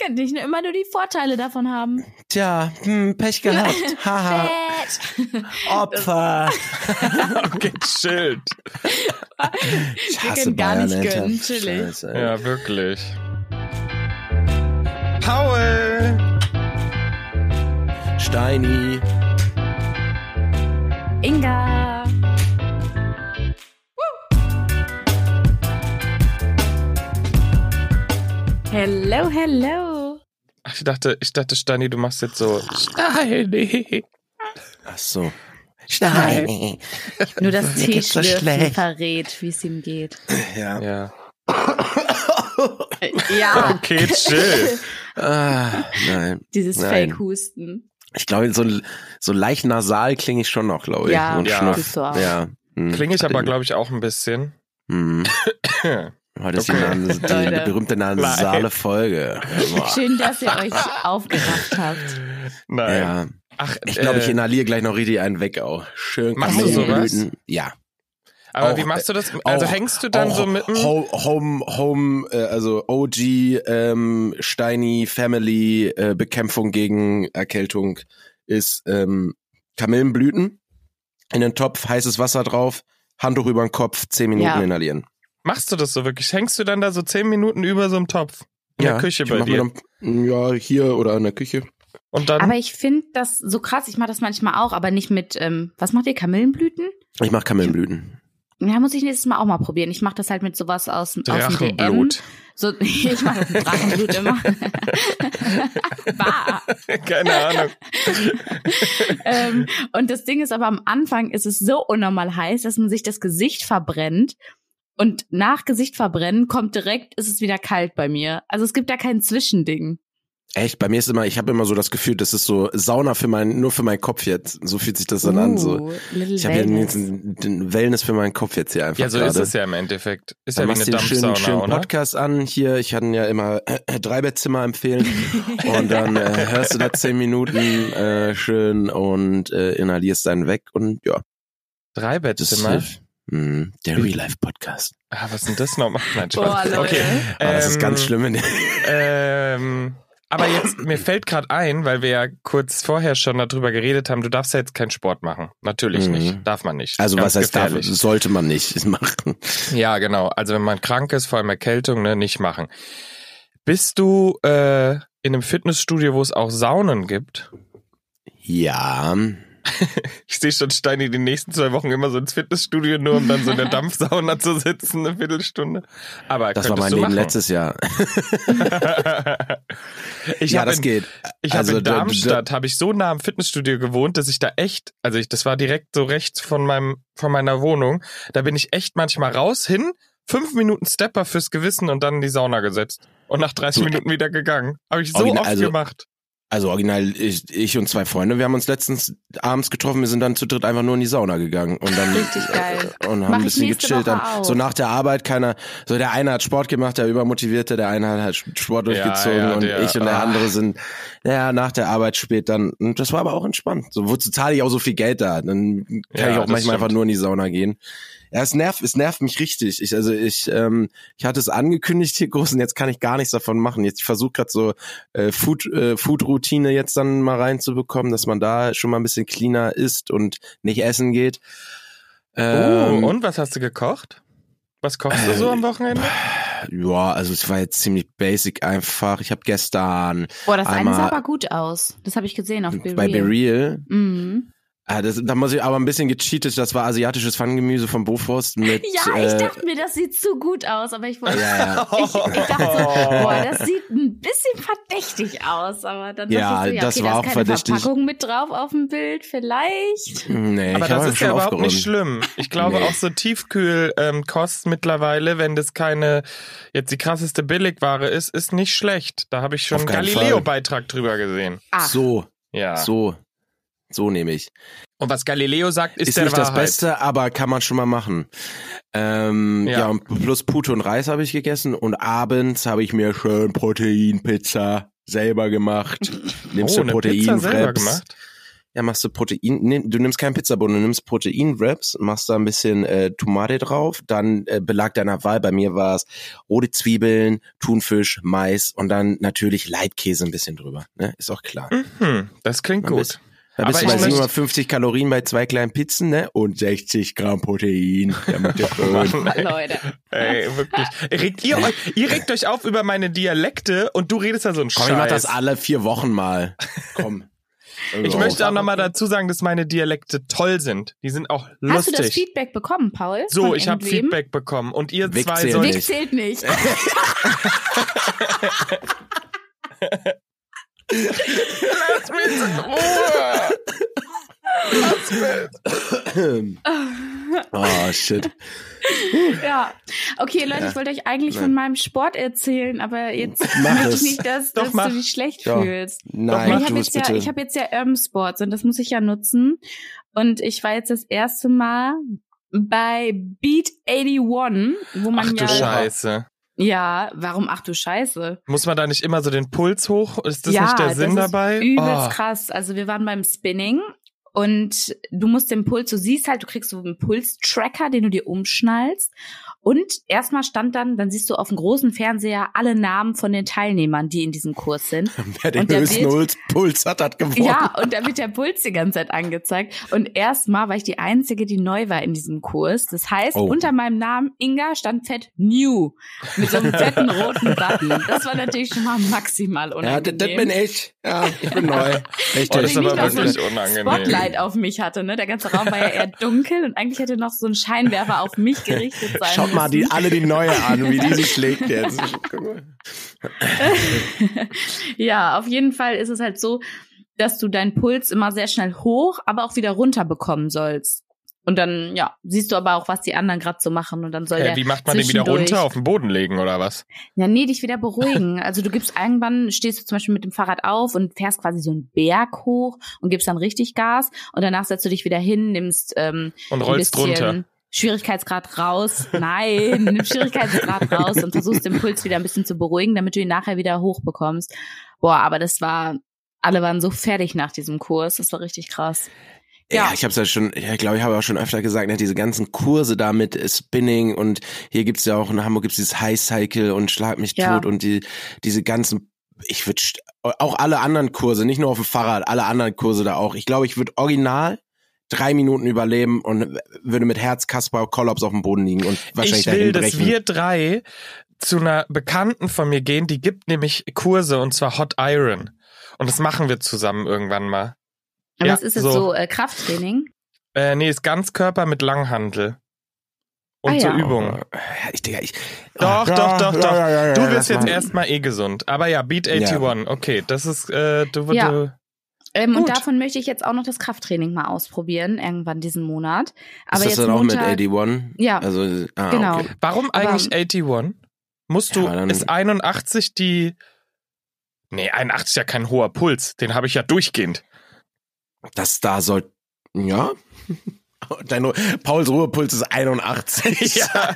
Kann nicht nur immer nur die Vorteile davon haben. Tja, hm, Pech gehabt. Haha. Fett. Opfer. Okay, chillt. Ich Wir hasse können gar Bayern, nicht Alter. gönnen, chillig. Scheiße, ey. Ja, wirklich. Paul! Steini. Inga. Hello, hello. Ach, ich dachte, ich dachte, Steini, du machst jetzt so. Steini! Ach so. Steini. Nur das Mir geht's so Teeschlürfen schlecht. verrät, wie es ihm geht. Ja. Ja. Äh, Ja, Okay, chill. Ah, nein. dieses Nein. Fake-Husten. Ich glaube, so, so leicht nasal klinge ich schon noch, glaube ich. Ja, Und Ja. schnuff. tust du auch. Ja. Hm. Klinge ich aber, glaube ich, auch ein bisschen. Hm. Heute ist die, Okay. Nase, die Leute. berühmte nasale Folge. Ja. Schön, dass ihr euch aufgerafft habt. Nein. ja. Ach, Ich glaube, ich äh, inhaliere gleich noch richtig einen weg auch. Schön Machst du sowas? Blüten. Ja. aber auch, wie machst du das? Also auch- hängst du dann auch so mit dem. Ho- Home, Home, äh, also OG, ähm, Steiny, Family, äh, Bekämpfung gegen Erkältung ist ähm, Kamillenblüten in den Topf, heißes Wasser drauf, Handtuch über den Kopf, 10 Minuten Ja. inhalieren. Machst du das so wirklich? Hängst du dann da so zehn Minuten über so einem Topf? In der Küche ich bei mach mir dir. Dann, ja, hier oder in der Küche. Und dann. Aber ich finde das so krass, ich mache das manchmal auch, aber nicht mit, ähm, was macht ihr, Kamillenblüten? Ich mach Kamillenblüten. Ja, muss ich nächstes Mal auch mal probieren. Ich mache das halt mit sowas aus, dem- aus dem DM. Drachenblut. So, ich mache Drachenblut immer. Bah. Keine Ahnung. ähm, und das Ding ist aber, am Anfang ist es so unnormal heiß, dass man sich das Gesicht verbrennt. Und nach Gesicht verbrennen kommt direkt, ist es wieder kalt bei mir. Also es gibt da kein Zwischending. Echt, bei mir ist immer, ich habe immer so das Gefühl, das ist so Sauna für mein, nur für meinen Kopf jetzt. So fühlt sich das dann an. So. Uh, little Ich habe hier Wellness. den, den Wellness für meinen Kopf jetzt hier einfach. Ja, so ist gerade. es ja im Endeffekt. Ist Dann ja wie machst eine du einen schönen, schönen Dampfsauna, oder? Podcast an hier. Ich kann ja immer äh, äh, Dreibettzimmer empfehlen. und dann äh, hörst du da zehn Minuten äh, schön und äh, inhalierst dann weg. Und ja, Drei das Bettzimmer. ist mh, der Real Life Podcast. Ah, was ist denn das nochmal? Nein, Boah, Spaß. Leute. Aber das ist ähm, ganz schlimm. wenn- Ähm, aber jetzt, mir fällt gerade ein, weil wir ja kurz vorher schon darüber geredet haben, du darfst ja jetzt keinen Sport machen. Natürlich Mhm. nicht. Darf man nicht. Also Ganz was heißt darf, gefährlich. sollte man nicht machen. Ja, genau. Also wenn man krank ist, vor allem Erkältung, ne, nicht machen. Bist du äh, in einem Fitnessstudio, wo es auch Saunen gibt? Ja. Ich sehe schon Steini die nächsten zwei Wochen immer so ins Fitnessstudio, nur um dann so in der Dampfsauna zu sitzen, eine Viertelstunde. Aber Das war könntest mein du Leben machen. letztes Jahr. ich ja, habe das in, geht. ich hab Also, in da- da- Darmstadt habe ich so nah am Fitnessstudio gewohnt, dass ich da echt, also ich, das war direkt so rechts von meinem von meiner Wohnung, da bin ich echt manchmal raus hin, fünf Minuten Stepper fürs Gewissen und dann in die Sauna gesetzt und nach 30 Du- Minuten wieder gegangen. Habe ich so Original- oft also- gemacht. Also original, ich, ich und zwei Freunde, wir haben uns letztens abends getroffen, wir sind dann zu dritt einfach nur in die Sauna gegangen und dann äh, Richtig geil. und Mach haben ein ich bisschen nächste gechillt. Dann, Woche auch. so nach der Arbeit, keiner, so der eine hat Sport gemacht, der übermotivierte, der eine hat halt Sport Ja, durchgezogen ja, und der- ich und der ah. andere sind, ja, nach der Arbeit spät dann. Und das war aber auch entspannt. So, wozu zahle ich auch so viel Geld da? Dann kann Ja, ich auch das manchmal stimmt. einfach nur in die Sauna gehen. Ja, es nervt, es nervt mich richtig. Ich, also ich, ähm, ich hatte es angekündigt hier groß und jetzt kann ich gar nichts davon machen. Jetzt ich versuche gerade so äh, Food, äh, Food-Routine jetzt dann mal reinzubekommen, dass man da schon mal ein bisschen cleaner isst und nicht essen geht. Ähm, äh, oh, und was hast du gekocht? Was kochst du so am Wochenende? Ja, also es war jetzt ziemlich basic einfach. Ich habe gestern Boah, das eine sah einmal- aber gut aus. Das habe ich gesehen auf Be bei Real. Bereal, Mhm. ah, das, da muss ich aber ein bisschen gecheatet, das war asiatisches Pfannengemüse von Bofrost mit Ja, ich äh, dachte mir, das sieht zu gut aus, aber ich wollte. ja, ja. Ich, ich dachte so, boah, das sieht ein bisschen verdächtig aus, aber dann Ja, dachte ich so, ja, das okay, war da auch ist keine verdächtig. Verpackung mit drauf auf dem Bild, vielleicht. Nee, Aber ich hab das ist schon ja überhaupt aufgeräumt. nicht schlimm. Ich glaube Nee. auch so Tiefkühlkost mittlerweile, wenn das keine jetzt die krasseste Billigware ist, ist nicht schlecht. Da habe ich schon Auf einen keinen Galileo-Beitrag drüber gesehen. Ach, So, Ja. so, so nehme ich. Und was Galileo sagt, ist, Ist, der nicht Wahrheit. das Beste, aber kann man schon mal machen. Ähm, Ja. ja. und plus Pute und Reis habe ich gegessen und abends habe ich mir schön Proteinpizza selber gemacht. Nimmst oh, du eine Pizza selber Proteinfraps. gemacht? ja, machst du Protein, nimm, du nimmst keinen Pizzabohnen, du nimmst Protein-Wraps, machst da ein bisschen äh, Tomate drauf, dann äh, Belag deiner Wahl, bei mir war's rote Zwiebeln, Thunfisch, Mais und dann natürlich Leitkäse ein bisschen drüber, ne? ist auch klar. Hm, das klingt Mal ein gut. Da bist du Aber bei ich möchte- 750 Kalorien bei zwei kleinen Pizzen ne? und 60 Gramm Protein, damit der schön. Mann, ey. Leute. Ey, wirklich. Regt ihr, euch, ihr regt euch auf über meine Dialekte und du redest da so einen Komm, Scheiß. ich mach das alle vier Wochen mal. Komm. Ich Also, möchte auch auf. nochmal dazu sagen, dass meine Dialekte toll sind. Die sind auch Hast du das lustig. Feedback bekommen, Paul? So, von ich habe irgendwem? Feedback bekommen und ihr Wick zwei zählt sollt. Dick zählt nicht. Lass mich in Ruhe. Oh shit. ja. Okay, Leute, Ja. ich wollte euch eigentlich Nein. von meinem Sport erzählen, aber jetzt Mach möchte ich es. nicht, dass, Doch, dass mach. du dich schlecht Ja. fühlst. Nein, Weil ich tu habe es jetzt, ja, bitte. ich hab jetzt ja Urban Sports und das muss ich ja nutzen. Und ich war jetzt das erste Mal bei Beat 81, wo man Ach du ja. Scheiße. Ja, warum ach du Scheiße? Muss man da nicht immer so den Puls hoch? Ist das ja, nicht der Sinn das ist dabei? Übelst Oh. krass. Also wir waren beim Spinning und du musst den Puls, du siehst halt, du kriegst so einen Puls-Tracker, den du dir umschnallst. Und erstmal stand dann, dann siehst du auf dem großen Fernseher alle Namen von den Teilnehmern, die in diesem Kurs sind. Wer den Und der höchsten Puls- Puls hat, hat gewonnen. Ja, und da wird der Puls die ganze Zeit angezeigt. Und erstmal war ich die Einzige, die neu war in diesem Kurs. Das heißt, Oh. unter meinem Namen Inga stand fett New mit so einem fetten roten Button. Das war natürlich schon mal maximal Ja, das, unangenehm. das bin ich. Ja, ich bin neu. Dass Echt, Oh, das ist ich nicht aber noch so wirklich ein unangenehm. Spotlight auf mich hatte. Ne? Der ganze Raum war ja eher dunkel und eigentlich hätte noch so ein Scheinwerfer auf mich gerichtet sein Schaut mal die, müssen. alle die neue an, wie die sich schlägt jetzt. Ja, auf jeden Fall ist es halt so, dass du deinen Puls immer sehr schnell hoch, aber auch wieder runter bekommen sollst. Und dann, ja, siehst du aber auch, was die anderen gerade so machen. Und dann soll Hä, der wie macht man den wieder zwischendurch- runter auf den Boden legen oder was? Ja, nee, dich wieder beruhigen. Also du gibst irgendwann, stehst du zum Beispiel mit dem Fahrrad auf und fährst quasi so einen Berg hoch und gibst dann richtig Gas und danach setzt du dich wieder hin, nimmst ähm, Und ein rollst bisschen runter. Schwierigkeitsgrad raus. Nein, nimm Schwierigkeitsgrad raus und versuchst den Puls wieder ein bisschen zu beruhigen, damit du ihn nachher wieder hochbekommst. Boah, aber das war, alle waren so fertig nach diesem Kurs. Das war richtig krass. Ja, Ja. ich habe ja schon, ja, ich glaube, ich habe auch schon öfter gesagt, ne, diese ganzen Kurse da mit äh, Spinning und hier gibt's ja auch in Hamburg gibt's dieses High Cycle und Schlag mich Ja. tot und die diese ganzen ich würde auch alle anderen Kurse, nicht nur auf dem Fahrrad, alle anderen Kurse da auch. Ich glaube, ich würde original drei Minuten überleben und würde mit Herz, Kasper, Kollaps auf dem Boden liegen und wahrscheinlich Ich dahin will, dass brechen. wir drei zu einer Bekannten von mir gehen, die gibt nämlich Kurse und zwar Hot Iron. Und das machen wir zusammen irgendwann mal. Aber Ja, das ist jetzt so. so, äh, Krafttraining. Äh, nee, ist Ganzkörper mit Langhandel. Und Ah, so ja. Übungen. Oh, Ja, Ich, Digga, ich, Doch, Ja, doch, doch, ja, doch. ja, ja, ja, Du wirst Äh, lass jetzt mal. erstmal eh gesund. Aber ja, Beat 81. Okay, das ist, äh, du, du, Ja. Ähm, und Gut. davon möchte ich jetzt auch noch das Krafttraining mal ausprobieren, irgendwann diesen Monat. Aber ist das jetzt dann auch Montag, mit 81? Ja. Also, ah, Genau. Okay. Warum Aber- eigentlich 81? Musst du, Ja, dann- ist 81 die, nee, 81 ist ja kein hoher Puls. Den habe ich ja durchgehend. Das da soll, ja. Dein, Ru- Pauls Ruhepuls ist 81. Ja.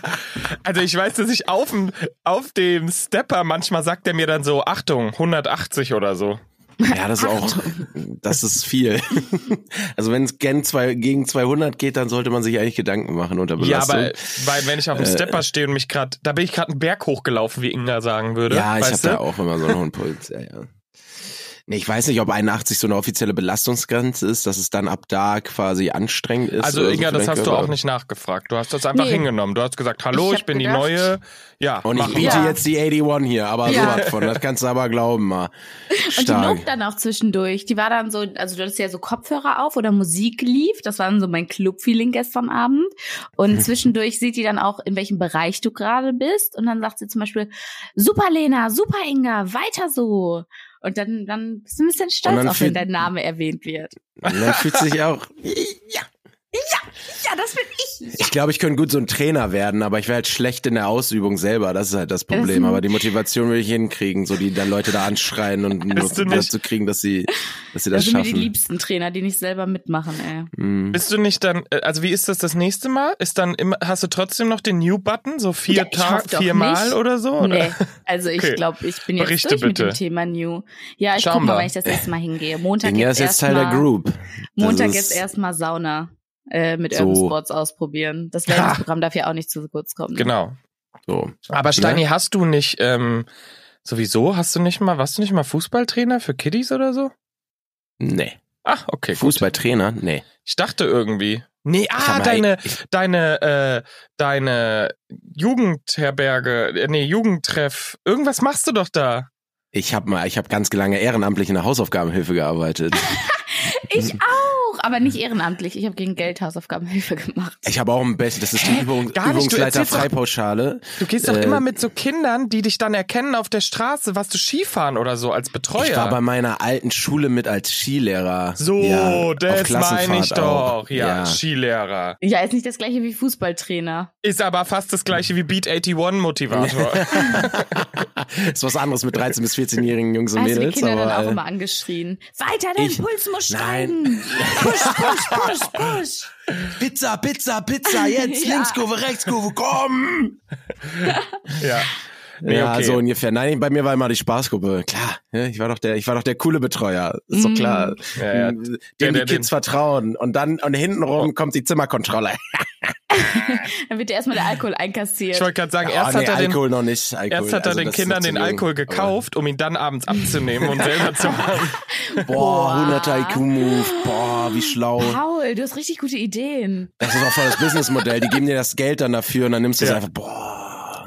Also ich weiß, dass ich auf dem, auf dem Stepper manchmal sagt er mir dann so, Achtung, 180 oder so. Ja, das ist auch, das ist viel. Also wenn es gen zwei, gegen 200 geht, dann sollte man sich eigentlich Gedanken machen unter Ja, Belastung. aber weil wenn ich Äh, auf dem Stepper stehe und mich gerade, da bin ich gerade einen Berg hochgelaufen, wie Inga sagen würde. ja, ich habe weißt du? da auch immer so einen hohen Puls. Ja, ja. Nee, ich weiß nicht, ob 81 so eine offizielle Belastungsgrenze ist, dass es dann ab da quasi anstrengend ist. Also oder so Inga, für das deinen hast du Körper. auch nicht nachgefragt. Du hast das einfach Nee. hingenommen. Du hast gesagt, hallo, Ich ich, hab bin gedacht- die neue. Ja, Und ich machen biete wir. Ja. jetzt die 81 hier, aber Ja. sowas von. Das kannst du aber glauben mal. Und die Stark. Lob dann auch zwischendurch. Die war dann so, also du hattest ja so Kopfhörer auf oder Musik lief. Das war dann so mein Club-Feeling gestern Abend. Und zwischendurch sieht die dann auch, in welchem Bereich du gerade bist. Und dann sagt sie zum Beispiel, super Lena, super Inga, weiter so. Und dann, dann bist du ein bisschen Und stolz dann auch, wenn fühlt- Ne, dein Name erwähnt wird. Und dann fühlt sich auch Ja, das bin ich. Ich glaube, ich könnte gut so ein Trainer werden, aber ich wäre halt schlecht in der Ausübung selber. Das ist halt das Problem. Das- aber die Motivation will ich hinkriegen, so die dann Leute da anschreien und nur du nicht- Also dazu kriegen, dass sie, dass sie Das das sind mir die schaffen. liebsten Trainer, die nicht selber mitmachen, ey. Mhm. Bist du nicht dann, äh, also wie ist das das nächste Mal? Ist dann immer, hast du trotzdem noch den New-Button, so vier Ja, ich hoffe Tage, doch viermal nicht. oder so? Oh. Oder? Nee, also ich Okay. glaube, ich bin jetzt Berichte durch mit dem bitte. Thema New. Ja, ich Schauen guck mal, wir. wenn ich das nächste Mal hingehe. Montag Inga ist jetzt Teil der erstmal- Group. Das Montag ist- jetzt erstmal Sauna äh, mit So. Urban Sports ausprobieren. Das Lernprogramm darf ja auch nicht zu kurz kommen. ne? Genau. Ne? So. Aber Steini, hast du nicht, ähm, sowieso, hast du nicht mal, warst du nicht mal Fußballtrainer für Kiddies oder so? Nee. Ach, okay. gut. Fußballtrainer? Nee. Ich dachte irgendwie. Nee, Ich hab ah, mal- deine, ich- deine, äh, deine Jugendherberge, äh, nee, Jugendtreff. Irgendwas machst du doch da. Ich habe mal, ich habe ganz lange ehrenamtlich in der Hausaufgabenhilfe gearbeitet. Ich auch, aber nicht ehrenamtlich. Ich habe gegen Geld Hausaufgabenhilfe gemacht. Ich habe auch ein Bett, das ist die Übung, Gar nicht, du Übungsleiter erzählst doch- Freipauschale. Du gehst doch Äh, immer mit so Kindern, die dich dann erkennen auf der Straße, was du Skifahren oder so als Betreuer. Ich war bei meiner alten Schule mit als Skilehrer. so, Ja, auf das meine ich Klassenfahrt auch. doch. Ja, Skilehrer. Ja, ist nicht das gleiche wie Fußballtrainer. Ist aber fast das gleiche wie Beat 81 Motivator. Ist was anderes mit 13- bis 14-jährigen Jungs und Hast du die Mädels. Kinder Aber, dann auch äh, immer angeschrien? Weiter, dein ich- Puls muss steigen. Nein. Push, push, push, push. Pizza, Pizza, Pizza, jetzt Ja. Linkskurve, Rechtskurve, komm! ja. Nee, ja, okay. so ungefähr. Nein, bei mir war immer die Spaßgruppe. Klar, ne, ich war doch der, ich war doch der coole Betreuer. Ist doch Mm. klar. Ja, ja. Dem Der, der die Kids den- vertrauen. Und dann, und hintenrum kommt die Zimmerkontrolle. Dann wird dir erstmal der Alkohol einkassiert. ich wollte gerade sagen, Oh, erst nee, hat er den Alkohol noch nicht. Alkohol. Erst hat er Also, den das ist Kindern noch zu den jung. Alkohol gekauft, um ihn dann abends abzunehmen und selber zu haben. Aber- Boah, 100er IQ-Move. Boah, wie schlau. Paul, du hast richtig gute Ideen. Das ist auch voll das Businessmodell. Die geben dir das Geld dann dafür und dann nimmst du es einfach. Boah.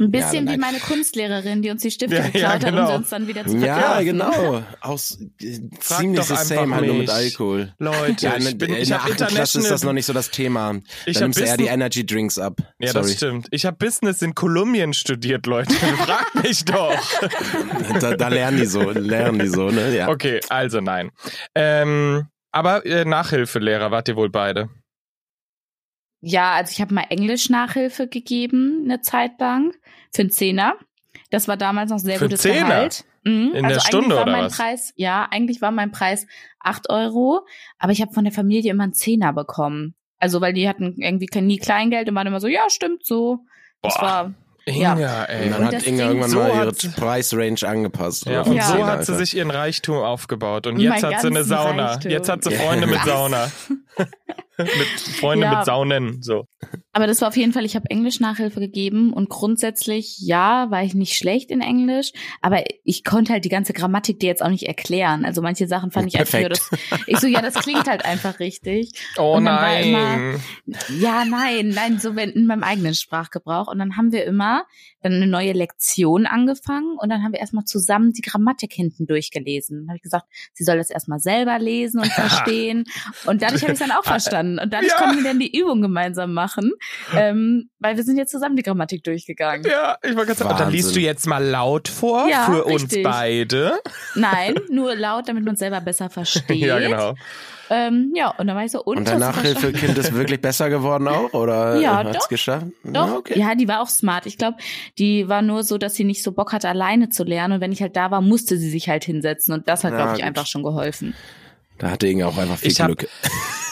Ein bisschen ja, wie nein. meine Kunstlehrerin, die uns die Stifte Ja, ja, geklaut hat, um genau. sie uns dann wieder zu Ja, verkaufen. genau. Aus äh, ziemlich doch the einfach same, halt nur mit mich. Alkohol. Leute, Ja, ne, in, ich bin, in ich der habe achten Klasse ist das noch International. nicht so das Thema. Ich da hab nimmst du eher die Business- Energy Drinks ab. Ja, das Sorry. stimmt. Ich habe Business in Kolumbien studiert, Leute. Frag mich doch. Da, da lernen die so, lernen die so, ne? Ja. Okay, also nein. Ähm, aber äh, Nachhilfelehrer wart ihr wohl beide. Ja, also ich habe mal Englisch-Nachhilfe gegeben, eine Zeit lang, für einen Zehner. Das war damals noch sehr Für einen gutes Zehner? Gehalt. Mhm. In also der Stunde eigentlich war oder mein was? Preis, ja, eigentlich war mein Preis 8 Euro, aber ich habe von der Familie immer einen Zehner bekommen. Also, weil die hatten irgendwie kein- nie Kleingeld und waren immer so, ja, stimmt so. Das Boah. war, Inga, Ja. Und ey. dann Und hat das Inga Ding- irgendwann mal so ihre hat- Preisrange angepasst. Ja, Von und Ja. so 10, hat sie Alter. sich ihren Reichtum aufgebaut. Und Mein jetzt hat sie eine ganzen Sauna. Reichtum. Jetzt hat sie Freunde mit Was? Sauna. mit Freunde Ja. mit Saunen. So. aber das war auf jeden Fall, ich habe Englisch-Nachhilfe gegeben und grundsätzlich, ja, war ich nicht schlecht in Englisch, aber ich konnte halt die ganze Grammatik dir jetzt auch nicht erklären. Also manche Sachen fand ich einfach, nur das, Perfekt. ich so, ja, das klingt halt einfach richtig. Oh Und dann war nein. Ja, nein, nein, so wenn in meinem eigenen Sprachgebrauch. Und dann haben wir immer dann eine neue Lektion angefangen und dann haben wir erstmal zusammen die Grammatik hinten durchgelesen. Dann habe ich gesagt, sie soll das erstmal selber lesen und verstehen. und dadurch habe ich es dann auch verstanden. Und dadurch Ja. konnten wir dann die Übung gemeinsam machen, ähm, weil wir sind jetzt zusammen die Grammatik durchgegangen. Ja, ich war ganz. Und dann Wahnsinn. liest du jetzt mal laut vor Ja, für uns richtig. beide. Nein, nur laut, damit man es selber besser versteht. Ja, genau. Ähm, ja, und dann war ich so, und, Und dein hast du verstanden? Nachhilfekind ist wirklich besser geworden auch? Oder Ja, hat es doch. geschafft? Doch, Ja, okay. ja, die war auch smart. Ich glaube, die war nur so, dass sie nicht so Bock hatte, alleine zu lernen. Und wenn ich halt da war, musste sie sich halt hinsetzen. Und das hat, Ja, glaube ich, gut. einfach schon geholfen. Da hatte Inga auch einfach viel Ich hab- Glück.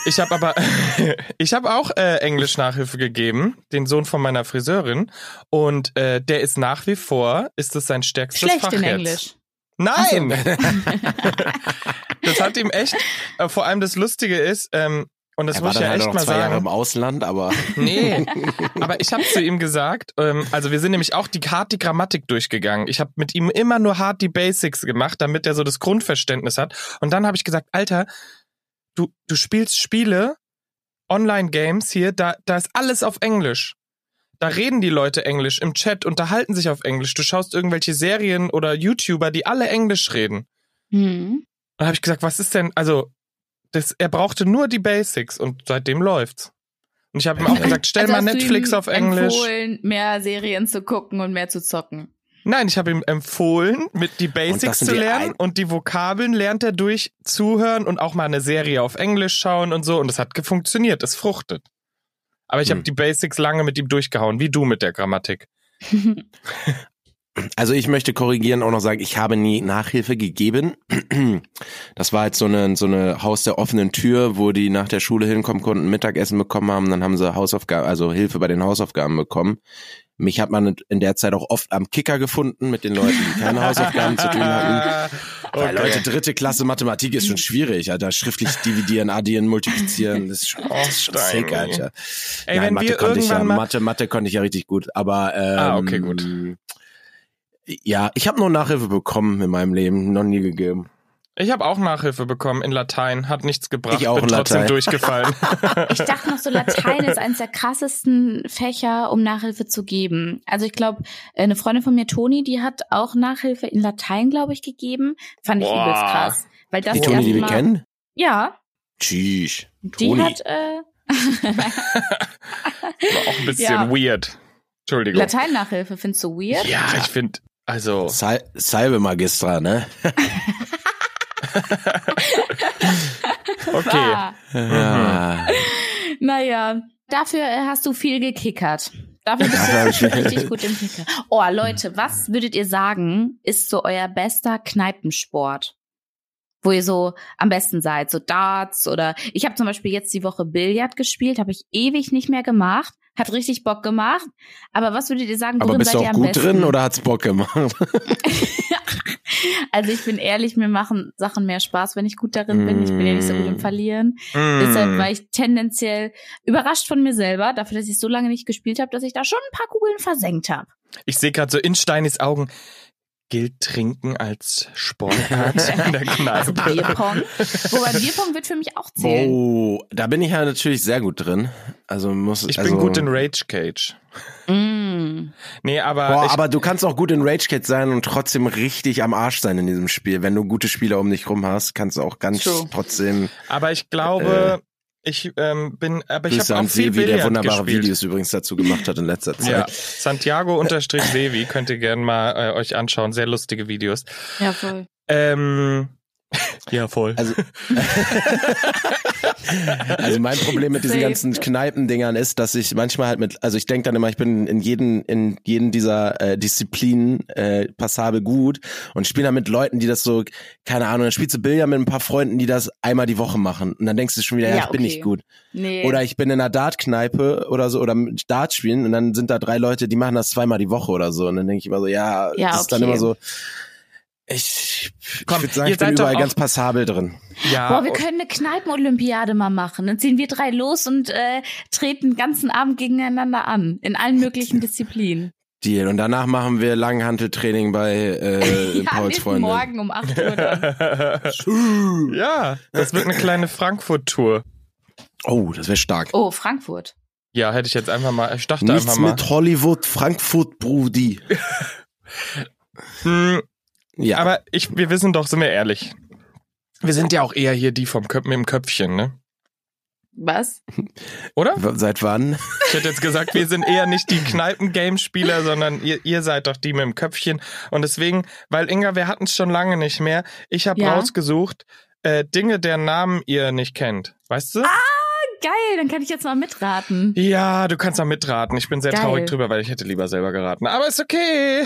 Ich habe aber, ich habe auch äh, Englisch Nachhilfe gegeben, den Sohn von meiner Friseurin, und äh, der ist nach wie vor, ist es sein stärkstes Schlecht Fach in jetzt. Englisch. Nein. das hat ihm echt. Äh, vor allem das Lustige ist, ähm, und das er war muss ich dann ja halt echt auch mal zwei sagen. Jahre im Ausland, aber Nee, aber ich habe zu ihm gesagt, ähm, also wir sind nämlich auch die, hart die Grammatik durchgegangen. Ich habe mit ihm immer nur hart die Basics gemacht, damit er so das Grundverständnis hat. Und dann habe ich gesagt, Alter, du, du spielst Spiele, Online-Games hier, da, da ist alles auf Englisch. Da reden die Leute Englisch im Chat, unterhalten sich auf Englisch. Du schaust irgendwelche Serien oder YouTuber, die alle Englisch reden. Hm. Und habe ich gesagt, was ist denn, also, das, er brauchte nur die Basics und seitdem läuft's. Und ich habe ihm auch Perfekt. gesagt, stell Also mal hast du Netflix ihm auf Englisch. empfohlen, mehr Serien zu gucken und mehr zu zocken. Nein, ich habe ihm empfohlen, mit die Und das Basics sind zu die lernen ein- und die Vokabeln lernt er durch Zuhören und auch mal eine Serie auf Englisch schauen und so. Und das hat ge- funktioniert, es fruchtet. Aber ich habe Hm. die Basics lange mit ihm durchgehauen, wie du mit der Grammatik. Also ich möchte korrigieren auch noch sagen, ich habe nie Nachhilfe gegeben. Das war halt so eine, so eine Haus der offenen Tür, wo die nach der Schule hinkommen konnten, Mittagessen bekommen haben, dann haben sie Hausaufgaben, also Hilfe bei den Hausaufgaben bekommen. Mich hat man in der Zeit auch oft am Kicker gefunden mit den Leuten, die keine Hausaufgaben zu tun hatten. halt, hm. Weil Ah. Okay. Leute, dritte Klasse Mathematik ist schon schwierig, Alter. Schriftlich dividieren, addieren, multiplizieren, das ist schon, das ist schon Oh, Steini. sick, Alter. Ey, Nein, wenn Mathe wir konnte ich ja, irgendwann mal- Mathe, Mathe konnte ich ja richtig gut, aber ähm, Ah, okay, gut. Ja, ich habe nur Nachhilfe bekommen in meinem Leben, noch nie gegeben. Ich habe auch Nachhilfe bekommen in Latein, hat nichts gebracht, Ich auch bin in trotzdem Latein. durchgefallen. Ich dachte noch so, Latein ist eines der krassesten Fächer, um Nachhilfe zu geben. Also ich glaube, eine Freundin von mir, Toni, die hat auch Nachhilfe in Latein, glaube ich, gegeben. Fand ich Boah. übelst krass. Weil das die erste Toni, die wir Mal- kennen? Ja, Tschüss. die Toni. hat äh, War auch ein bisschen Ja. weird. Entschuldigung. Latein-Nachhilfe, findest du weird? Ja, ich finde, also, Sal Salve Magistra, ne? okay. Ah, Ja. Mhm. naja, dafür äh, hast du viel gekickert. Dafür bist du Dafür hab ich- richtig gut im Kicker. Oh, Leute, was würdet ihr sagen, ist so euer bester Kneipensport? Wo ihr so am besten seid, so Darts oder ich habe zum Beispiel jetzt die Woche Billard gespielt, habe ich ewig nicht mehr gemacht, hat richtig Bock gemacht. Aber was würdet ihr sagen, worin Aber bist seid du ihr auch am gut besten? drin oder hat's Bock gemacht? Also ich bin ehrlich, mir machen Sachen mehr Spaß, wenn ich gut darin bin. Ich bin ja nicht so gut im Mm. Verlieren. Mm. Hm. Deshalb war ich tendenziell überrascht von mir selber, dafür, dass ich so lange nicht gespielt habe, dass ich da schon ein paar Kugeln versenkt habe. Ich sehe gerade so in Steinis Augen, gilt Trinken als Sportart in der Also Kneipe. Bierpong. Wobei Bierpong wird für mich auch zählen. Oh, da bin ich ja natürlich sehr gut drin. Also muss Ich also, bin gut in Rage Cage. Mm. Nee, aber, Boah, ich, aber du kannst auch gut in Rage Cat sein und trotzdem richtig am Arsch sein in diesem Spiel. Wenn du gute Spieler um dich rum hast, kannst du auch ganz True. trotzdem. aber ich glaube, ich ähm, bin, aber ich Äh, Grüße habe auch an viel Silvi, der Billard wunderbare gespielt. Videos übrigens dazu gemacht hat in letzter Ja, Zeit. Santiago-Sevi könnt ihr gerne mal äh, euch anschauen. Sehr lustige Videos. Ja, voll. Ähm, ja, voll. Also, also mein Problem mit diesen Safe. ganzen Kneipendingern ist, dass ich manchmal halt mit, also ich denke dann immer, ich bin in jeden, in jeden dieser äh, Disziplinen äh, passabel gut und spiele dann mit Leuten, die das so, keine Ahnung, dann spielst du Billard mit ein paar Freunden, die das einmal die Woche machen. Und dann denkst du schon wieder, ja, Ja, ich bin okay. nicht gut. Nee. Oder ich bin in einer Dartkneipe oder so oder mit Dart spielen und dann sind da drei Leute, die machen das zweimal die Woche oder so. Und dann denke ich immer so, ja, Ja, das ist dann okay. immer so. Ich, ich Komm, würde sagen, ihr ich bin seid doch überall auch- ganz passabel drin. ja, Boah, wir können eine Kneipenolympiade mal machen. Dann ziehen wir drei los und äh, treten den ganzen Abend gegeneinander an. In allen möglichen Disziplinen. Deal. Und danach machen wir Langhanteltraining bei äh, ja, Pauls nächsten Freundin. Morgen um 8 Uhr dann. ja, das wird eine kleine Frankfurt-Tour. Oh, das wäre stark. Oh, Frankfurt. Ja, hätte ich jetzt einfach mal, ich dachte Nichts einfach mal. mit Hollywood, Frankfurt, Brudi. Hm, Ja, aber ich, wir wissen doch, sind wir ehrlich. Wir sind ja auch eher hier die vom Köp mit dem Köpfchen, ne? Was? Oder? W- seit wann? Ich hätte jetzt gesagt, wir sind eher nicht die Kneipen-Game-Spieler, sondern ihr, ihr seid doch die mit dem Köpfchen. Und deswegen, weil Inga, wir hatten es schon lange nicht mehr. Ich habe Ja. rausgesucht äh, Dinge, deren Namen ihr nicht kennt. Weißt du? Ah. Geil, dann kann ich jetzt mal mitraten. Ja, du kannst auch mitraten. Ich bin sehr Geil. traurig drüber, weil ich hätte lieber selber geraten. Aber ist okay.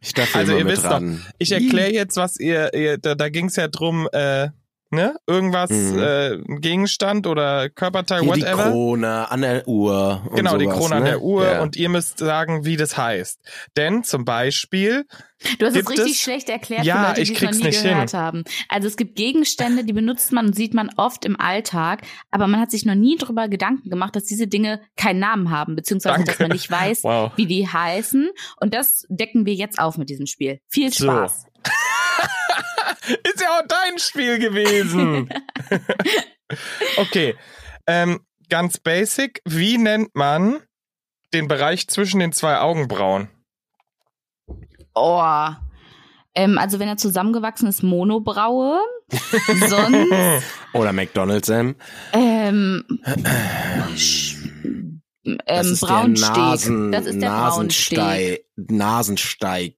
Ich darf Also also immer ihr wisst mitraten. Ich erkläre jetzt, was ihr, ihr da, da ging es ja drum, äh, ne? Irgendwas, Mhm. äh, ein Gegenstand oder Körperteil, Hier die whatever. Krone an der Uhr. Und genau, sowas, die Krone ne? an der Uhr Ja. und ihr müsst sagen, wie das heißt. Denn zum Beispiel, Du hast es Gibt richtig es- schlecht erklärt Ja, für Leute, ich die es noch krieg's nie nicht gehört hin. haben. Also es gibt Gegenstände, die benutzt man und sieht man oft im Alltag, aber man hat sich noch nie darüber Gedanken gemacht, dass diese Dinge keinen Namen haben, beziehungsweise dass Danke. man nicht weiß, wow. wie die heißen. Und das decken wir jetzt auf mit diesem Spiel. Viel So. Spaß. Ist ja auch dein Spiel gewesen. okay. Ähm, ganz basic. Wie nennt man den Bereich zwischen den zwei Augenbrauen? Oh. Ähm, also wenn er zusammengewachsen ist, Monobraue. Sonst Oder McDonald's, Sam. ähm, sch- Das ähm, ist Braunsteg. der Nasen, das ist der Braunsteg. Nasensteig. Nasensteig.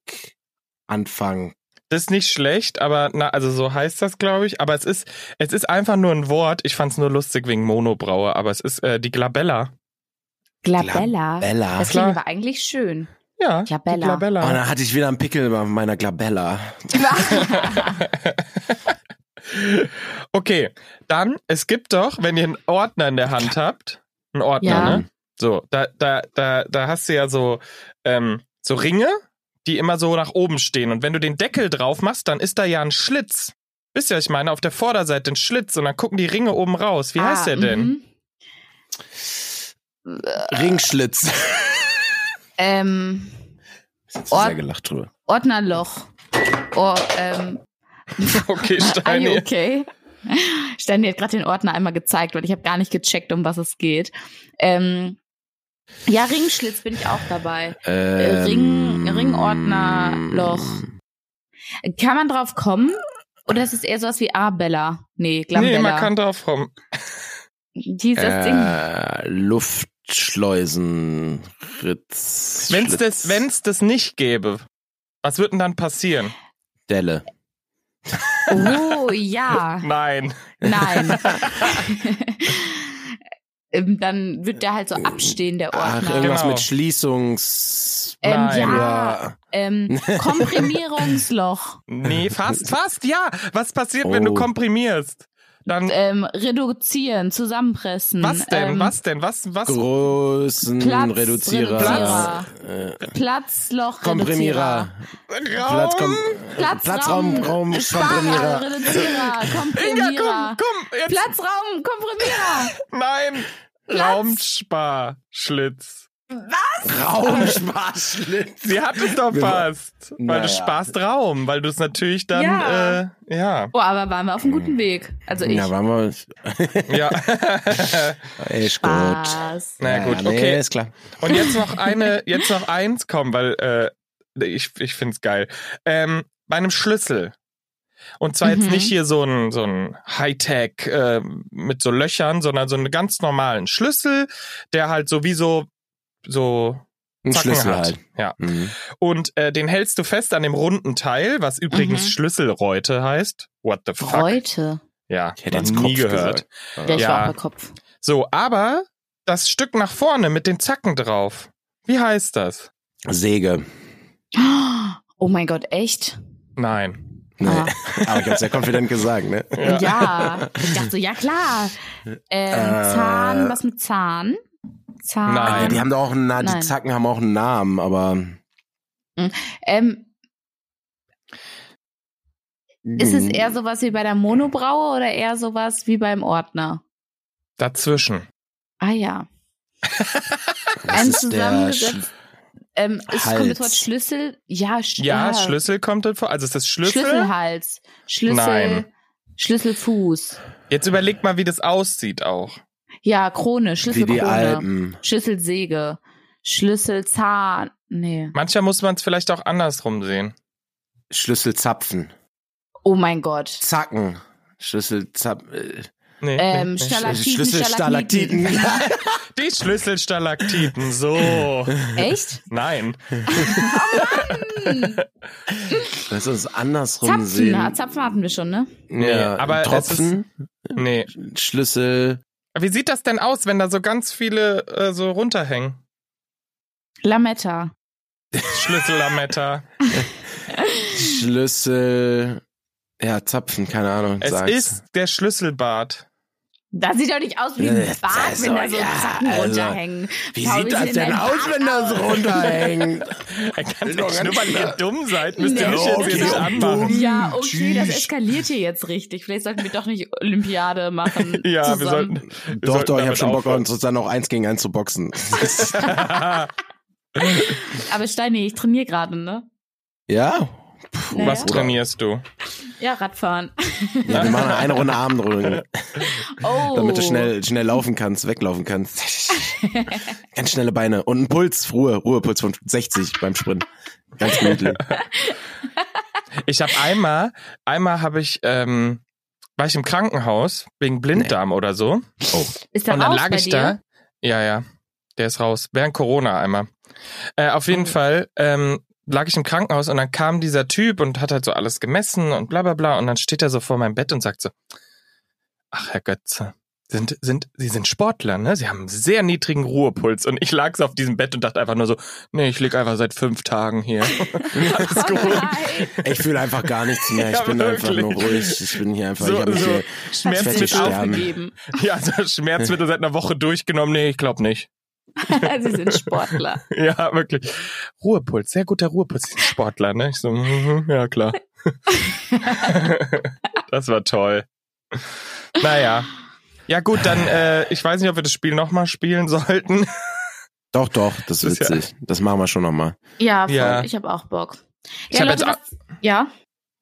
Anfang Das ist nicht schlecht, aber na, also so heißt das, glaube ich. Aber es ist, es ist einfach nur ein Wort. Ich fand es nur lustig wegen Monobraue, aber es ist äh, die Glabella. Glabella. Glabella. Das klingt aber eigentlich schön. Ja. die Glabella. Oh, dann hatte ich wieder einen Pickel bei meiner Glabella. Okay, dann, es gibt doch, wenn ihr einen Ordner in der Hand habt, einen Ordner, Ja. ne? So, da, da, da, da hast du ja so, ähm, so Ringe, die immer so nach oben stehen. Und wenn du den Deckel drauf machst, dann ist da ja ein Schlitz. Wisst ihr, was ich meine? Auf der Vorderseite ein Schlitz und dann gucken die Ringe oben raus. Wie heißt der denn? mhm. Äh, Ringschlitz. Ähm, Jetzt Ort- sehr gelacht drüber. Ordnerloch. Oh, ähm, Okay, are you Steini. Ah, okay? Steini hat gerade den Ordner einmal gezeigt, weil ich habe gar nicht gecheckt, um was es geht. Ähm, ja, Ringschlitz bin ich auch dabei. Ring- Ähm, Ringordnerloch. Kann man drauf kommen? Oder ist es eher sowas wie Arbella? Nee, Glambella. Nee, man kann drauf kommen. Dieses Ding. Äh, Luftschleusenritz. Wenn's das, wenn's das nicht gäbe, was würde denn dann passieren? Delle. Oh, ja. Nein. Nein. Ähm, Dann wird der halt so abstehen, der Ach, Ordner. irgendwas Genau. mit Schließungs. ähm, nein. ja, Ja. ähm, Komprimierungsloch, Nee, fast, fast, ja. Was passiert, wenn Oh. du komprimierst? Dann, ähm, reduzieren, zusammenpressen. was denn, ähm, was denn, was, was? Großen Platz- Hm, Reduzierer. Platz- Äh, Platzloch, Komprimierer. Platzkom Platzraum- Platzraum, Raum, Sparer, Komprimierer. Reduzierer, Inga, Komprimierer, komm, komm, jetzt, Platzraum, Komprimierer. nein. Raumsparschlitz. Oh, Raumsparschlitz. Sie hat es doch Wir- fast. Weil Naja. du sparst Raum, weil du es natürlich dann, Ja. ja. äh, ja. Oh, aber waren wir auf einem guten Weg. Also ich. Na, waren wir. Ja. Echt gut. Spaß. Na gut, nee, okay. ist klar. Und jetzt noch eine, jetzt noch eins, komm, weil äh, ich, ich find's geil. Ähm, bei einem Schlüssel. Und zwar Mhm. jetzt nicht hier so ein, so ein Hightech äh, mit so Löchern, sondern so einen ganz normalen Schlüssel, der halt so wie so, so Ein Zacken Schlüssel hat. halt. Ja. Mhm. Und äh, den hältst du fest an dem runden Teil, was übrigens Mhm. Schlüsselräute heißt. What the fuck? Reute. Ja, Ich hätte noch jetzt nie Kopf gehört. gesagt. Ja, ich Ja. war auch bei Kopf. So, aber das Stück nach vorne mit den Zacken drauf. Wie heißt das? Säge. Oh mein Gott, echt? Nein. Nee. Ah. Aber ich hab's ja confident gesagt, ne? Ja. Ich dachte so, ja klar. Ähm, Äh. Zahn, was mit Zahn? Zahn. Nein. Ja, Ah, die haben da auch einen Na- Nein. die Zacken haben auch einen Namen, aber ähm, ist hm, Mhm. es eher sowas wie bei der Monobraue oder eher sowas wie beim Ordner? Dazwischen. Ah ja. Das ein ist der zusammengesetzt- Ähm, es kommt Hals. das Wort Schlüssel. Ja, Sch äh, Ja, Schlüssel kommt dann vor. Also ist das Schlüssel. Schlüsselhals. Schlüssel. Nein. Schlüsselfuß. Jetzt überleg mal, wie das aussieht auch. Ja, Krone, Sch- wie Schlüsselkrone. die Alpen. Schlüsselsäge. Schlüsselzahn. Nee. Manchmal muss man es vielleicht auch andersrum sehen. Schlüsselzapfen. Oh mein Gott. Zacken. Schlüsselzapfen. Äh, Nee, Ähm, nee. Stalaktiten, Schlüsselstalagtiten. Stalaktiten. Die Schlüsselstalagtiten, so. Echt? Nein. Hm. Lass uns andersrum Zapfen, sehen. na, Zapfen hatten wir schon, ne? Nee, Ja, aber Tropfen, Nee. Schlüssel, Wie sieht das denn aus, wenn da so ganz viele äh, so runterhängen? Lametta. Schlüssellametta. Schlüssel. Ja, Zapfen, keine Ahnung. Es sag's. ist der Schlüsselbart. Das sieht doch nicht aus wie Ja, ein das Bart, ist wenn so- da so Äh, ja, Zacken also, runterhängen. Wie Paul, sieht wie das sieht denn dein aus, Bart wenn das aus? runterhängt? Er kann Nur nicht ganz schnuppern, klar. ihr dumm seid. Müsst ihr Ja, mich jetzt okay, hier nicht so anmachen. dumm. Ja, okay, das Tschüss. eskaliert hier jetzt richtig. Vielleicht sollten wir doch nicht Olympiade machen. Ja, wir zusammen. sollten. Wir Doch, sollten doch, ich habe damit schon Bock, aufhören. uns dann auch eins gegen eins zu boxen. Aber Steini, ich trainiere gerade, ne? ja? Puh, Naja. Was Bruder. trainierst du? Ja, Radfahren. Ja, wir machen eine Runde Armdrücken, Oh. damit du schnell, schnell laufen kannst, weglaufen kannst. Ganz schnelle Beine und ein Puls, Ruhe, Ruhepuls von 60 beim Sprint. Ganz gemütlich. Ich habe einmal, einmal habe ich, ähm, war ich im Krankenhaus wegen Blinddarm oder so. Ist der und dann raus lag bei ich dir? da. Ja, ja. Der ist raus. Während Corona einmal. Äh, auf jeden Oh. Fall ähm, lag ich im Krankenhaus und dann kam dieser Typ und hat halt so alles gemessen und bla bla bla. Und dann steht er so vor meinem Bett und sagt so, ach Herr Götze, sind, sind, Sie sind Sportler, ne? Sie haben einen sehr niedrigen Ruhepuls. Und ich lag so auf diesem Bett und dachte einfach nur so, nee, ich lieg einfach seit fünf Tagen hier. Alles gut. Oh Nein. Ich fühle einfach gar nichts mehr. Ich Ja, bin einfach wirklich. nur ruhig. Ich bin hier einfach. So- ich hab mich so hier, Hat sie Schmerzmittel nicht sterben. aufgegeben. Ja, so Schmerzmittel seit einer Woche durchgenommen. Nee, ich glaube nicht. sie sind Sportler. Ja, wirklich. Ruhepuls, sehr guter Ruhepuls. Sie sind Sportler, ne? Ich so, mhm, ja klar. das war toll. Naja. Ja gut, dann, äh, ich weiß nicht, ob wir das Spiel nochmal spielen sollten. doch, doch, das ist Das ist ja- witzig. Das machen wir schon nochmal. Ja, voll. Ja. Ich habe auch Bock. Ja, Ich hab Leute, jetzt was, ja.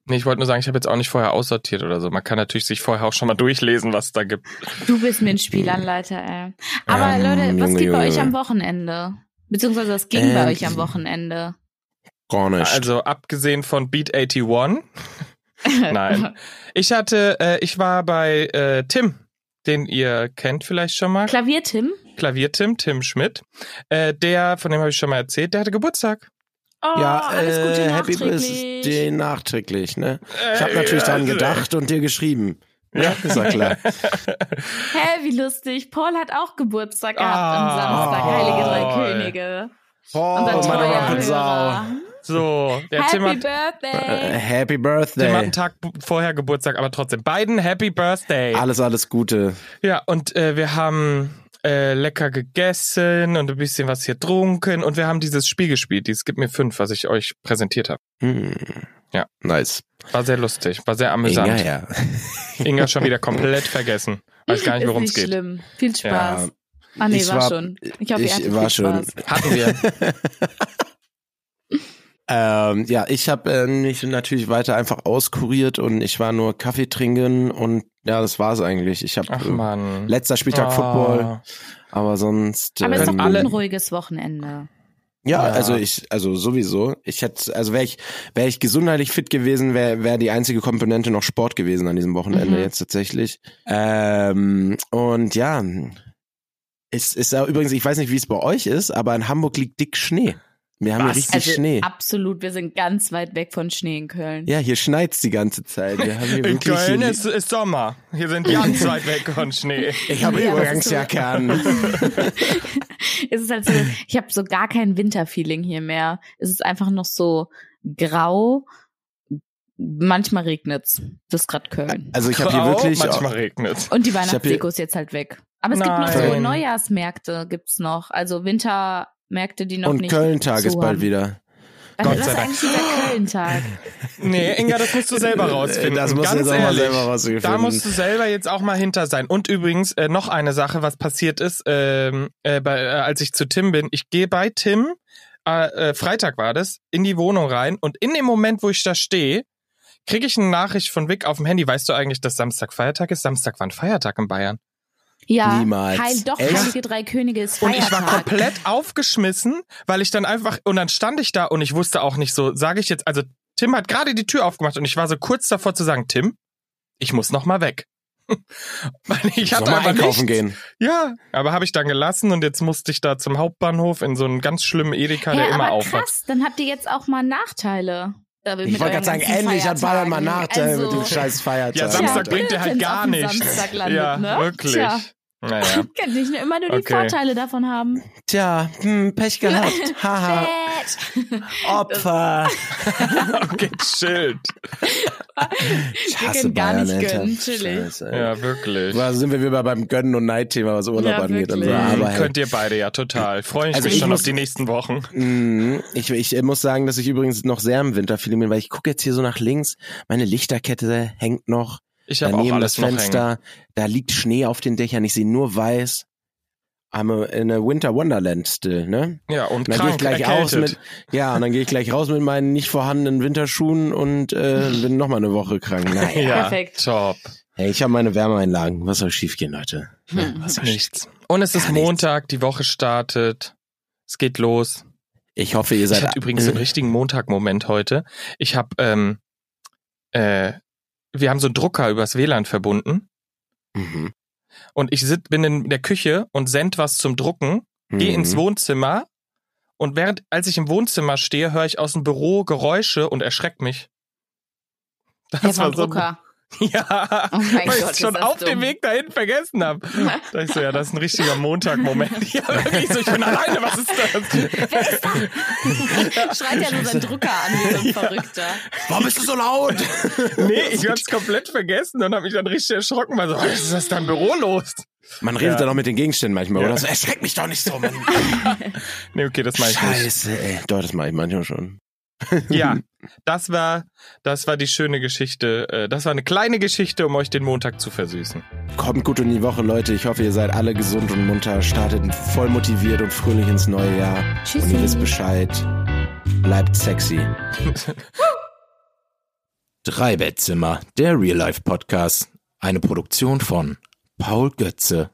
Nee, ich wollte nur sagen, ich habe jetzt auch nicht vorher aussortiert oder so. Man kann natürlich sich vorher auch schon mal durchlesen, was es da gibt. Du bist mir ein Spielanleiter, ey. Aber Ähm, Leute, was Junge, geht bei Junge. euch am Wochenende? Beziehungsweise was ging bei Ähm, euch am Wochenende? Gar nicht. Also abgesehen von Beat 81. Äh. Nein. Ich hatte, äh, ich war bei äh, Tim, den ihr kennt vielleicht schon mal. Klaviertim? Klavier Tim, Tim Schmidt. Äh, der, von dem habe ich schon mal erzählt, der hatte Geburtstag. Oh, ja, alles Gute äh, Happy nachträglich. Birthday nachträglich, ne? Ich habe Äh, natürlich ja, daran also- gedacht und dir geschrieben. Ja. Ja, ist ja klar. Hä, wie lustig. Paul hat auch Geburtstag gehabt am Ah. Samstag. Heilige Oh. Drei Könige. Oh, Unser meine treuer Rampensau. Hörer. So, der Tim Happy hat, Äh, Birthday. Happy Tim hat einen Birthday. Tag bu- vorher Geburtstag, aber trotzdem. Beiden Happy Birthday. Alles, alles Gute. Ja, und äh, wir haben äh, lecker gegessen und ein bisschen was hier getrunken und wir haben dieses Spiel gespielt, dieses Gib mir fünf, was ich euch präsentiert habe. Hm. Ja. Nice. War sehr lustig, war sehr amüsant. Inga, Inga, ja. schon wieder komplett vergessen. Weiß gar nicht, Ist worum es nicht geht. schlimm. Viel Ja. Spaß. ah, nee, Ich war, war- schon. Ich hoffe, ihr ich hattet war viel schon. äh, Spaß. Hatten wir. Ähm, ja, ich habe äh, mich natürlich weiter einfach auskuriert und ich war nur Kaffee trinken und ja, das war's eigentlich. Ich habe Ach Ah. äh, man. letzter Spieltag Football, aber sonst. Aber es ist doch ähm, gut, alle- ein ruhiges Wochenende. Ja, Ja. also ich, also sowieso. Ich hätte, also wäre ich, wäre ich gesundheitlich fit gewesen, wäre wär die einzige Komponente noch Sport gewesen an diesem Wochenende Mhm. jetzt tatsächlich. Ähm, und ja, es ist ja übrigens, ich weiß nicht, wie es bei euch ist, aber in Hamburg liegt dick Schnee. Wir haben Was? hier richtig Also Schnee. absolut, wir sind ganz weit weg von Schnee in Köln. Ja, hier schneit's die ganze Zeit. Wir haben hier In wirklich Köln hier- ist, ist Sommer. Hier sind ganz weit weg von Schnee. ich habe Ja, das Übergangsjacke an. Es ist halt so, ich habe so gar kein Winterfeeling hier mehr. Es ist einfach noch so grau. Manchmal regnet's. Das ist gerade Köln. Also ich habe hier Grau, wirklich Manchmal regnet. Und die Also, hab hier- Weihnachtsdeko ist jetzt halt weg. Aber es gibt noch so Nein. Neujahrsmärkte, gibt's noch. Also Wintermärkte, die noch und nicht. Kölntag ist zu bald haben. wieder. Also Gott das sei ist Dank. eigentlich dieser Kölntag. Nee, Inga, das musst du selber rausfinden. Äh, Das musst du ganz jetzt auch ehrlich. mal selber rausfinden. Da musst du selber jetzt auch mal hinter sein. Und übrigens äh, noch eine Sache, was passiert ist, ähm, äh, bei, äh, als ich zu Tim bin. Ich gehe bei Tim, äh, äh, Freitag war das, in die Wohnung rein und in dem Moment, wo ich da stehe, kriege ich eine Nachricht von Vic auf dem Handy. Weißt du eigentlich, dass Samstag Feiertag ist? Samstag war ein Feiertag in Bayern. Ja, Niemals. Heil, doch, Echt? Heilige Drei Könige ist Und Feiertag. ich war komplett aufgeschmissen, weil ich dann einfach, und dann stand ich da und ich wusste auch nicht so, sage ich jetzt, also Tim hat gerade die Tür aufgemacht und ich war so kurz davor zu sagen, Tim, ich muss noch mal weg. weil ich Soll hatte mal aber einkaufen nichts. gehen. Ja, aber habe ich dann gelassen und jetzt musste ich da zum Hauptbahnhof in so einen ganz schlimmen Edeka, ja, der immer aber auf hat. krass, dann habt ihr jetzt auch mal Nachteile. Da wir Ich mit wollte euren gerade sagen, ganzen endlich hat Bayern mal Feiertagen. Nachteil mit Also- dem scheiß Feiertag. Ja, Samstag Tja, bringt dir halt wenn's gar auf dem nichts. Samstag landet, ja, ne? wirklich. Tja. Naja. Kann ich nur immer nur die Okay. Vorteile davon haben. Tja, hm, Pech gehabt. Haha, Opfer. Okay, chillt. Ich Wir hasse können gar Bayern, nicht Alter. gönnen, chillig. Scheiße, ey. Ja, wirklich. Hm, Da sind wir wieder beim Gönnen und Neid-Thema, was Urlaub Ja, angeht. Und so. wirklich. Aber halt, hey, Könnt ihr beide ja total. Freue ich Also mich ich schon auf muss- die nächsten Wochen. mh, hm, ich, ich muss sagen, dass ich übrigens noch sehr im Winterfeeling bin, weil ich gucke jetzt hier so nach links. Meine Lichterkette hängt noch. Ich habe auch Daneben das alles noch hängen. Fenster. Da liegt Schnee auf den Dächern. Ich sehe nur weiß. I'm a, in a Winter Wonderland still, ne? Ja, und Und dann gehe ich krank, gleich erkältet. raus mit, ja, und dann gehe ich gleich raus mit meinen nicht vorhandenen Winterschuhen und äh, bin nochmal eine Woche krank. Naja. ja, Perfekt. Top. Hey, ich habe meine Wärmeeinlagen. Was soll schiefgehen, Leute? Hm. Was soll schief- Nichts. Und es ist Gar nichts. Montag, die Woche startet. Es geht los. Ich hoffe, ihr Ich seid. Mhm. hatte übrigens so einen richtigen Montagmoment heute. Ich habe, ähm, äh, wir haben so einen Drucker übers WLAN verbunden Mhm. und ich sit, bin in der Küche und send was zum Drucken, gehe Mhm. ins Wohnzimmer Und während, als ich im Wohnzimmer stehe, höre ich aus dem Büro Geräusche und erschreck mich. Das Herr von Drucker. Ja, Oh mein weil ich Gott, es ist schon das auf dumm. dem Weg dahin vergessen habe. Da dachte ich so, ja, das ist ein richtiger Montagmoment. Ja, wirklich so, ich bin alleine, was ist das? Wer ist da? Schreit ja nur seinen Drucker an wie so ein Verrückter. Warum bist du so laut? Nee, ich hab's komplett vergessen und habe mich dann richtig erschrocken, weil so, "Oh, was ist das da im Büro los? Man redet Ja. dann auch mit den Gegenständen manchmal, Ja. oder? So, erschreck mich doch nicht so, Mann. Nee, okay, das mach ich nicht. Scheiße, ey. Doch, das mache ich manchmal schon. Ja, das war, das war die schöne Geschichte. äh, Das war eine kleine Geschichte, um euch den Montag zu versüßen. Kommt gut in die Woche, Leute. Ich hoffe, ihr seid alle gesund und munter, startet voll motiviert und fröhlich ins neue Jahr. Und ihr wisst Bescheid. Bleibt sexy. Drei Bettzimmer, der Real Life Podcast. Eine Produktion von Paul Götze